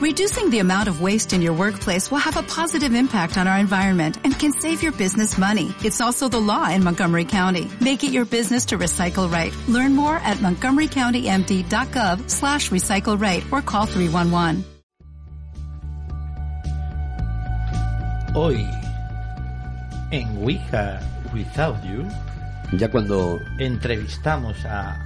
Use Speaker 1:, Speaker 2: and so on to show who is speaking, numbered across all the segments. Speaker 1: Reducing the amount of waste in your workplace will have a positive impact on our environment and can save your business money. It's also the law in Montgomery County. Make it your business to recycle right. Learn more at montgomerycountymd.gov slash recycle right or call 311.
Speaker 2: Hoy, en Ouija Without You,
Speaker 3: Ya cuando
Speaker 2: entrevistamos a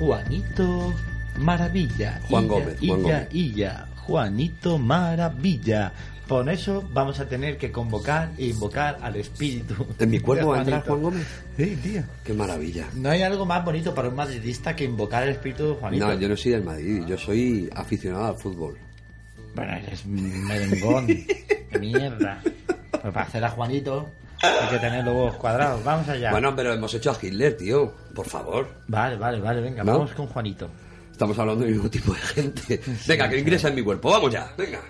Speaker 2: Juanito Maravilla.
Speaker 3: Juan
Speaker 2: Illa,
Speaker 3: Gómez, Juan
Speaker 2: Illa,
Speaker 3: Gómez.
Speaker 2: Illa, Juanito Maravilla. Por eso vamos a tener que convocar e invocar al espíritu.
Speaker 3: en mi cuerpo
Speaker 2: de
Speaker 3: va a entrar Juan
Speaker 2: Juanito.
Speaker 3: Gómez.
Speaker 2: Sí, tío.
Speaker 3: Qué maravilla.
Speaker 2: No hay algo más bonito para un madridista que invocar el espíritu de Juanito.
Speaker 3: No, yo no soy del Madrid, yo soy aficionado al fútbol.
Speaker 2: Bueno, eres un merengón. de mierda. Pero para hacer a Juanito hay que tener los huevos cuadrados. Vamos allá.
Speaker 3: Bueno, pero hemos hecho a Hitler, tío. Por favor.
Speaker 2: Vale, vale, vale, venga,
Speaker 3: ¿No?
Speaker 2: vamos con Juanito.
Speaker 3: Estamos hablando del mismo tipo de gente. Venga, que ingresa en mi cuerpo. Vamos ya. Venga.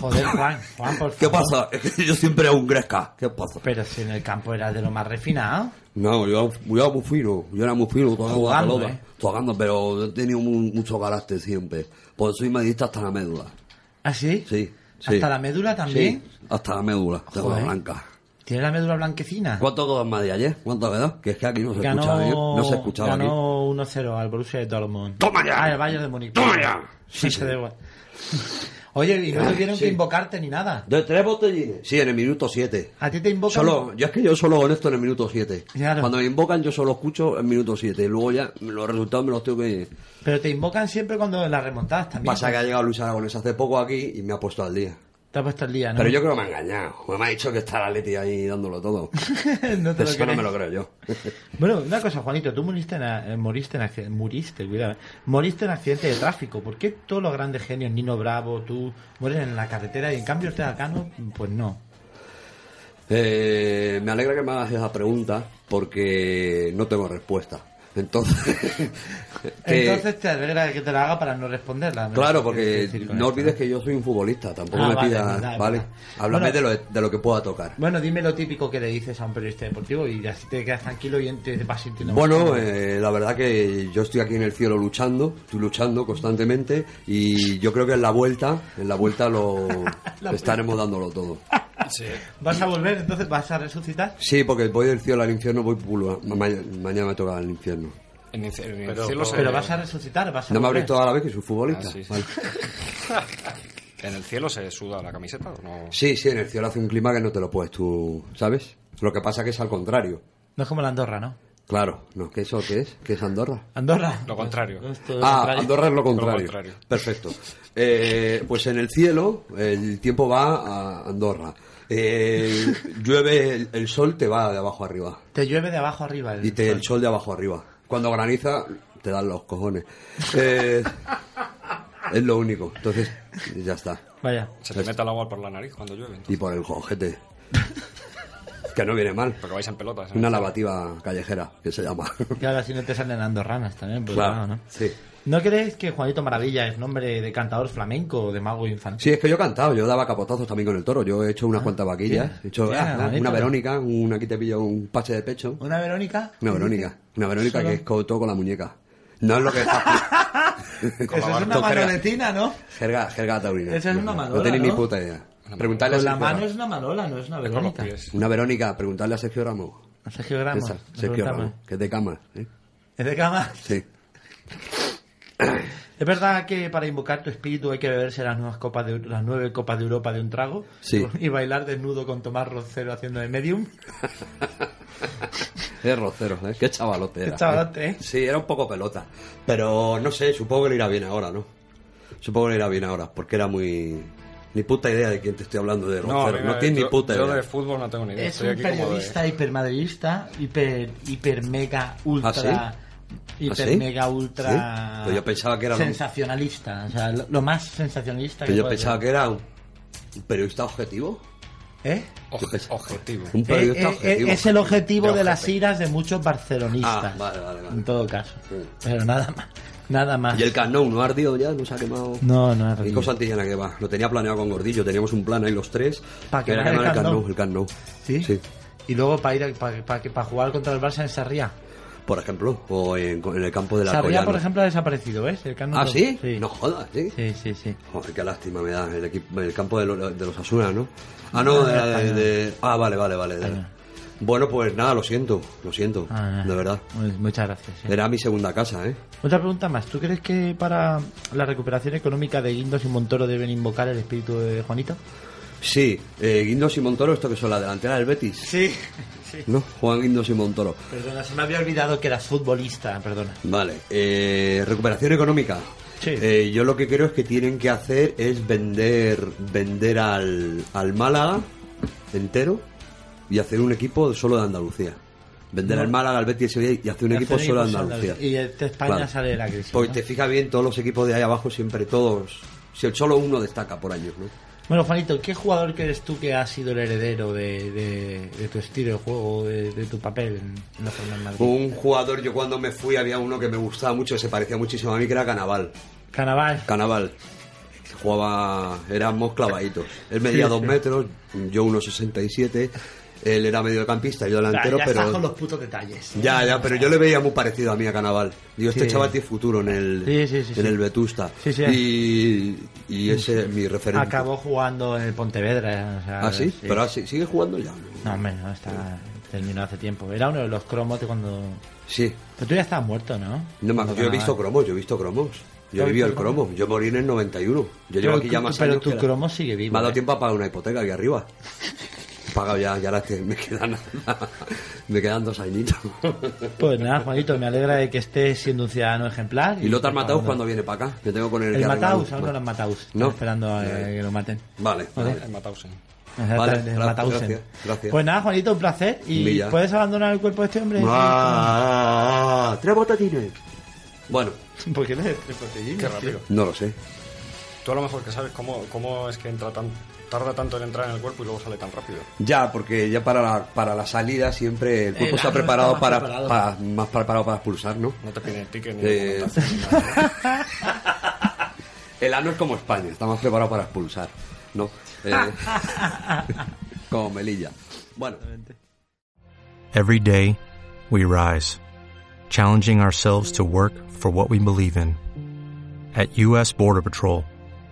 Speaker 2: Joder, Juan, Juan, por favor.
Speaker 3: ¿Qué pasa? Es que yo siempre hago un gresca. ¿Qué pasa?
Speaker 2: Pero si en el campo eras de lo más refinado.
Speaker 3: No, yo, yo era muy fino. Yo era muy fino. Tocando,
Speaker 2: Jugando,
Speaker 3: la pelota,
Speaker 2: ¿eh?
Speaker 3: tocando pero he tenido mu- mucho carácter siempre. Por eso soy madridista hasta la médula.
Speaker 2: ¿Ah, sí?
Speaker 3: Sí. sí.
Speaker 2: ¿Hasta la médula también?
Speaker 3: Sí, hasta la médula. Tengo la
Speaker 2: Joder.
Speaker 3: blanca.
Speaker 2: ¿Tiene la médula blanquecina?
Speaker 3: ¿Cuánto quedó en Madrid ayer? ¿Cuánto quedó? Que es que aquí no se escuchaba. ¿eh? No se escuchaba aquí.
Speaker 2: ganó 1-0 al Borussia de Dortmund.
Speaker 3: ¡Toma ya!
Speaker 2: Ah, el Bayern de Múnich.
Speaker 3: ¡Toma ya! Ah,
Speaker 2: Sí, se debo. Oye, y no tuvieron
Speaker 3: sí.
Speaker 2: que invocarte ni nada.
Speaker 3: De tres botellines. Sí, en el minuto 7.
Speaker 2: A ti te invocan...
Speaker 3: Solo, yo es que yo solo honesto en el minuto 7.
Speaker 2: Claro.
Speaker 3: Cuando me invocan yo solo escucho el minuto 7. Luego ya los resultados me los tengo que...
Speaker 2: Pero te invocan siempre cuando las remontadas también.
Speaker 3: Pasa que ha llegado Luis Aragones hace poco aquí y me ha puesto al día.
Speaker 2: Te ha puesto el día, ¿no?
Speaker 3: Pero yo creo que me ha engañado. Me ha dicho que está el Atleti ahí dándolo todo.
Speaker 2: no te lo
Speaker 3: Eso no
Speaker 2: crees.
Speaker 3: me lo creo yo.
Speaker 2: Bueno, una cosa, Juanito, tú moriste en, a- eh, moriste en accidente, moriste, cuidado, eh, moriste en accidente de tráfico. ¿Por qué todos los grandes genios, Nino Bravo, tú, mueren en la carretera y en cambio Ortega Cano, pues no?
Speaker 3: Eh, me alegra que me hagas esa pregunta porque no tengo respuesta. Entonces... que-
Speaker 2: Entonces te alegra que te la haga para no responderla. ¿no?
Speaker 3: Claro,
Speaker 2: ¿Qué
Speaker 3: porque
Speaker 2: quieres decir con
Speaker 3: no
Speaker 2: esto, eh?
Speaker 3: olvides que yo soy un futbolista, tampoco
Speaker 2: Ah,
Speaker 3: me
Speaker 2: vale,
Speaker 3: pidas,
Speaker 2: es
Speaker 3: vale,
Speaker 2: verdad, es verdad.
Speaker 3: Háblame
Speaker 2: Bueno.
Speaker 3: de, lo, de lo que pueda tocar.
Speaker 2: Bueno, dime lo típico que le dices a un periodista deportivo y así te quedas tranquilo y te vas sintiendo...
Speaker 3: Bueno,
Speaker 2: mejor.
Speaker 3: eh, la verdad que yo estoy aquí en el cielo luchando, estoy luchando constantemente y yo creo que en la vuelta, en la vuelta lo estaremos dándolo todo. eh,
Speaker 2: ¿Vas a volver? Entonces vas a resucitar.
Speaker 3: Sí, porque voy del cielo al infierno, voy pulula- ma- mañana me toca al infierno.
Speaker 4: En el, en el
Speaker 5: Pero-
Speaker 4: cielo se...
Speaker 2: Pero vas a resucitar, vas a
Speaker 3: No me
Speaker 2: volver?
Speaker 3: habréis toda la vez que soy futbolista.
Speaker 4: Ah, sí, sí.
Speaker 3: Vale.
Speaker 4: En el cielo se suda la camiseta, ¿o no?
Speaker 3: Sí, sí, en el cielo hace un clima que no te lo puedes tú, ¿sabes? Lo que pasa que es al contrario.
Speaker 2: No es como la Andorra, ¿no?
Speaker 3: Claro, no, ¿qué eso qué es? ¿Qué es Andorra?
Speaker 2: Andorra.
Speaker 4: Lo contrario.
Speaker 2: Esto es lo
Speaker 3: Ah,
Speaker 2: contrario.
Speaker 3: Andorra es lo contrario.
Speaker 4: Lo contrario.
Speaker 3: Perfecto. Eh, pues en el cielo el tiempo va a Andorra. Eh, llueve, el, el sol te va de abajo arriba.
Speaker 2: Te llueve de abajo arriba. El
Speaker 3: Y te, el
Speaker 2: sol.
Speaker 3: sol de abajo arriba. Cuando graniza, te dan los cojones. Eh, es lo único. Entonces, ya está.
Speaker 2: Vaya.
Speaker 4: Se te mete el agua por la nariz cuando llueve, entonces.
Speaker 3: Y por el cojete. Que no viene mal.
Speaker 4: Porque vais en pelotas. ¿eh?
Speaker 3: Una lavativa callejera, que se llama.
Speaker 2: Claro, así no te salen andorranas también, por otro lado,
Speaker 3: Claro,
Speaker 2: Pues ¿no?
Speaker 3: sí.
Speaker 2: ¿No crees que Juanito Maravilla es nombre de cantador flamenco o de mago infantil?
Speaker 3: Sí, es que yo he cantado, yo daba capotazos también con el toro, yo he hecho unas cuantas vaquillas, he hecho
Speaker 2: tienes,
Speaker 3: ah, ah,
Speaker 2: Ah, bonito.
Speaker 3: una Verónica, un, aquí te pillo un pase de pecho,
Speaker 2: ¿Una Verónica?
Speaker 3: una Verónica, una Verónica
Speaker 2: Solo-
Speaker 3: que es co- todo con la muñeca. No es lo que está...
Speaker 2: Eso
Speaker 4: la
Speaker 2: es
Speaker 4: mano,
Speaker 2: una
Speaker 3: con jerga.
Speaker 2: manoletina, ¿no?
Speaker 3: jerga, jerga taurina.
Speaker 2: Esa es
Speaker 3: No,
Speaker 2: una
Speaker 3: no,
Speaker 2: manola,
Speaker 3: No tenéis ni
Speaker 2: ¿no?
Speaker 3: puta idea. Preguntarle a
Speaker 2: Con la
Speaker 3: Sergio
Speaker 2: mano
Speaker 3: Ramos.
Speaker 2: es una manola, no es una
Speaker 4: Es con los
Speaker 2: Verónica.
Speaker 4: pies.
Speaker 3: Una Verónica, preguntarle a Sergio Ramos.
Speaker 2: A Sergio Gramos.
Speaker 3: Esa,
Speaker 2: le
Speaker 3: Sergio
Speaker 2: preguntamos.
Speaker 3: Ramos, que es de cama, ¿eh?
Speaker 2: ¿Es de cama?
Speaker 3: Sí.
Speaker 2: ¿Es verdad que para invocar tu espíritu hay que beberse las, nuevas copas de, las nueve copas de Europa de un trago?
Speaker 3: Sí.
Speaker 2: Y bailar desnudo con Tomás Rocero haciendo de medium.
Speaker 3: Es rocero, ¿eh? Qué chavalote era.
Speaker 2: Qué chavalote, ¿eh?
Speaker 3: Sí, era un poco pelota. Pero no sé, supongo que le irá bien ahora, ¿no? Supongo que le irá bien ahora, porque era muy. Ni puta idea de quién te estoy hablando de
Speaker 4: No, a
Speaker 3: rocero.
Speaker 4: mí
Speaker 3: No,
Speaker 4: me-
Speaker 3: tienes
Speaker 4: yo-
Speaker 3: ni puta
Speaker 4: Yo
Speaker 3: idea.
Speaker 4: de fútbol no tengo ni idea.
Speaker 2: Es
Speaker 4: Estoy
Speaker 2: un
Speaker 4: aquí como de...
Speaker 2: periodista hipermadridista, hiper, hiper mega ultra.
Speaker 3: ¿Ah,
Speaker 2: Hiper
Speaker 3: ¿Ah, sí?
Speaker 2: mega ultra.
Speaker 3: ¿Sí? Pues yo pensaba que era lo-
Speaker 2: Sensacionalista. O sea, lo, lo más sensacionalista
Speaker 3: Que yo
Speaker 2: puede
Speaker 3: pensaba
Speaker 2: ser.
Speaker 3: que era un un periodista objetivo.
Speaker 2: ¿Eh?
Speaker 3: Yo pensaba-
Speaker 4: objetivo.
Speaker 3: Un
Speaker 2: Eh,
Speaker 3: periodista
Speaker 2: eh, eh,
Speaker 3: objetivo.
Speaker 2: es el objetivo de,
Speaker 4: De
Speaker 2: las iras de muchos barcelonistas.
Speaker 3: Ah, vale, vale, vale.
Speaker 2: En todo caso.
Speaker 3: Sí.
Speaker 2: Pero nada más. Nada más.
Speaker 3: Y el Cano no ha ardido ya, no se ha quemado.
Speaker 2: No, no,
Speaker 3: Y
Speaker 2: no.
Speaker 3: cosa antillana que va. Lo tenía planeado con Gordillo, teníamos un plan ahí los tres.
Speaker 2: Pa'
Speaker 3: que era
Speaker 2: quemar el
Speaker 3: quemar el
Speaker 2: Camp
Speaker 3: Camp
Speaker 2: Nou.
Speaker 3: Nou, el Camp Nou.
Speaker 2: ¿Sí? Y luego para ir para, jugar contra el Barça en Sarriá.
Speaker 3: por ejemplo, o en, en el campo de la
Speaker 2: Sarriá,
Speaker 3: Collana.
Speaker 2: por ejemplo, ha desaparecido, ¿ves? El Cano
Speaker 3: ¿Ah,
Speaker 2: Tor-
Speaker 3: sí? No jodas, ¿sí?
Speaker 2: Sí, sí, sí.
Speaker 3: Joder, qué lástima me da el, equipo, el campo de, lo- de los Asuna, ¿no? Ah, no, de, de- de- Ah, vale, vale, vale. de-
Speaker 2: España.
Speaker 3: Bueno, pues nada, lo siento, lo siento,
Speaker 2: Ah,
Speaker 3: de verdad.
Speaker 2: pues Muchas gracias. ¿eh?
Speaker 3: Era mi segunda casa, ¿eh?
Speaker 2: Otra pregunta más. ¿Tú crees que para la recuperación económica de Guindos y Montoro deben invocar el espíritu de Juanito?
Speaker 3: Sí, eh, Guindos y Montoro, esto que son la delantera del Betis.
Speaker 2: Sí, sí.
Speaker 3: ¿No? Juan Guindos y Montoro.
Speaker 2: Perdona, se me había olvidado que eras futbolista, perdona.
Speaker 3: Vale, eh, recuperación económica.
Speaker 2: Sí.
Speaker 3: Eh, yo lo que creo es que tienen que hacer es vender vender al, al Málaga entero y hacer un equipo solo de Andalucía. Vender al Málaga, al Betis y Sevilla y hacer un equipo
Speaker 2: Hacer
Speaker 3: solo de
Speaker 2: equipos
Speaker 3: Andalucía.
Speaker 2: andaluces. Y este España
Speaker 3: Claro.
Speaker 2: sale de la crisis.
Speaker 3: Porque
Speaker 2: ¿no?
Speaker 3: te fijas bien, todos los equipos de ahí abajo siempre todos... Si el solo uno destaca por años, ¿no?
Speaker 2: Bueno, Juanito, ¿qué jugador crees tú que ha sido el heredero de, de- de tu estilo de juego, de, de tu papel en, en la forma en Madrid?
Speaker 3: Un jugador, yo cuando me fui había uno que me gustaba mucho, que se parecía muchísimo a mí, que era Canaval.
Speaker 2: Canaval.
Speaker 3: Canaval. Jugaba, éramos clavaditos. Él medía dos metros, yo 1,67. Él era mediocampista, yo delantero,
Speaker 2: ya estás con los
Speaker 3: pero.
Speaker 2: putos detalles.
Speaker 3: Ya, ya, pero yo le veía muy parecido a mí a Canaval. Digo, este
Speaker 2: Sí.
Speaker 3: chaval tiene futuro en el,
Speaker 2: Sí, sí, sí,
Speaker 3: en
Speaker 2: sí.
Speaker 3: el Vetusta.
Speaker 2: Sí, sí.
Speaker 3: y, y ese es mi referente.
Speaker 2: Acabó jugando en el Pontevedra. o sea,
Speaker 3: ¿Ah, sí? Pero así, sigue jugando ya. ¿no?
Speaker 2: No, hombre, no, está terminó hace tiempo. Era uno de los cromos de cuando...
Speaker 3: Sí.
Speaker 2: Pero tú ya estabas muerto, ¿no?
Speaker 3: No, me- yo he
Speaker 2: Canaval.
Speaker 3: visto cromos, yo he visto cromos.
Speaker 2: ¿Tú
Speaker 3: Yo
Speaker 2: has
Speaker 3: viví
Speaker 2: visto
Speaker 3: el cromo. Yo morí en el 91. Yo
Speaker 2: Pero
Speaker 3: llevo aquí ya
Speaker 2: tú-
Speaker 3: más
Speaker 2: Pero
Speaker 3: años
Speaker 2: tu
Speaker 3: que la-
Speaker 2: cromo sigue vivo.
Speaker 3: Me ha dado
Speaker 2: ¿eh?
Speaker 3: tiempo a pagar una hipoteca aquí arriba. He pagado ya, ya la te- me quedan me quedan dos añitos.
Speaker 2: Pues nada, Juanito, me alegra de que estés siendo un ciudadano ejemplar.
Speaker 3: ¿Y Lothar
Speaker 2: estés
Speaker 3: Mataus
Speaker 2: jugando.
Speaker 3: cuando viene para acá? Que tengo con el,
Speaker 2: El
Speaker 3: que
Speaker 2: Mataus,
Speaker 3: arreglar-
Speaker 2: ahora no los Mataus.
Speaker 3: No.
Speaker 2: Estoy Esperando a eh, que lo maten.
Speaker 3: Vale, vale.
Speaker 4: En Matausen.
Speaker 2: Exactamente,
Speaker 3: gracias,
Speaker 2: Matausen.
Speaker 3: gracias, gracias.
Speaker 2: Pues nada, Juanito, un placer. ¿Y
Speaker 3: Villa.
Speaker 2: puedes abandonar el cuerpo de este hombre?
Speaker 3: Ah, tres botatines. Bueno,
Speaker 2: ¿Por qué no es tres botellines,
Speaker 4: Qué
Speaker 2: tío?
Speaker 4: rápido.
Speaker 3: no lo sé.
Speaker 4: Tú a lo mejor que sabes cómo, cómo es que entra tan, tarda tanto en entrar en el cuerpo y luego sale tan rápido.
Speaker 3: Ya, porque ya para la, para la salida siempre el cuerpo
Speaker 2: El ano
Speaker 3: está
Speaker 2: está
Speaker 3: preparado,
Speaker 2: más
Speaker 3: para,
Speaker 2: preparado.
Speaker 3: para- más preparado para expulsar, ¿no?
Speaker 4: No te piden ticket ni
Speaker 3: Eh,
Speaker 4: documentación, ni nada.
Speaker 3: El ano es como España, está más preparado para expulsar, ¿no? Eh, como Melilla. Bueno.
Speaker 5: Every day, we rise, challenging ourselves to work for what we believe in. At U.S. Border Patrol,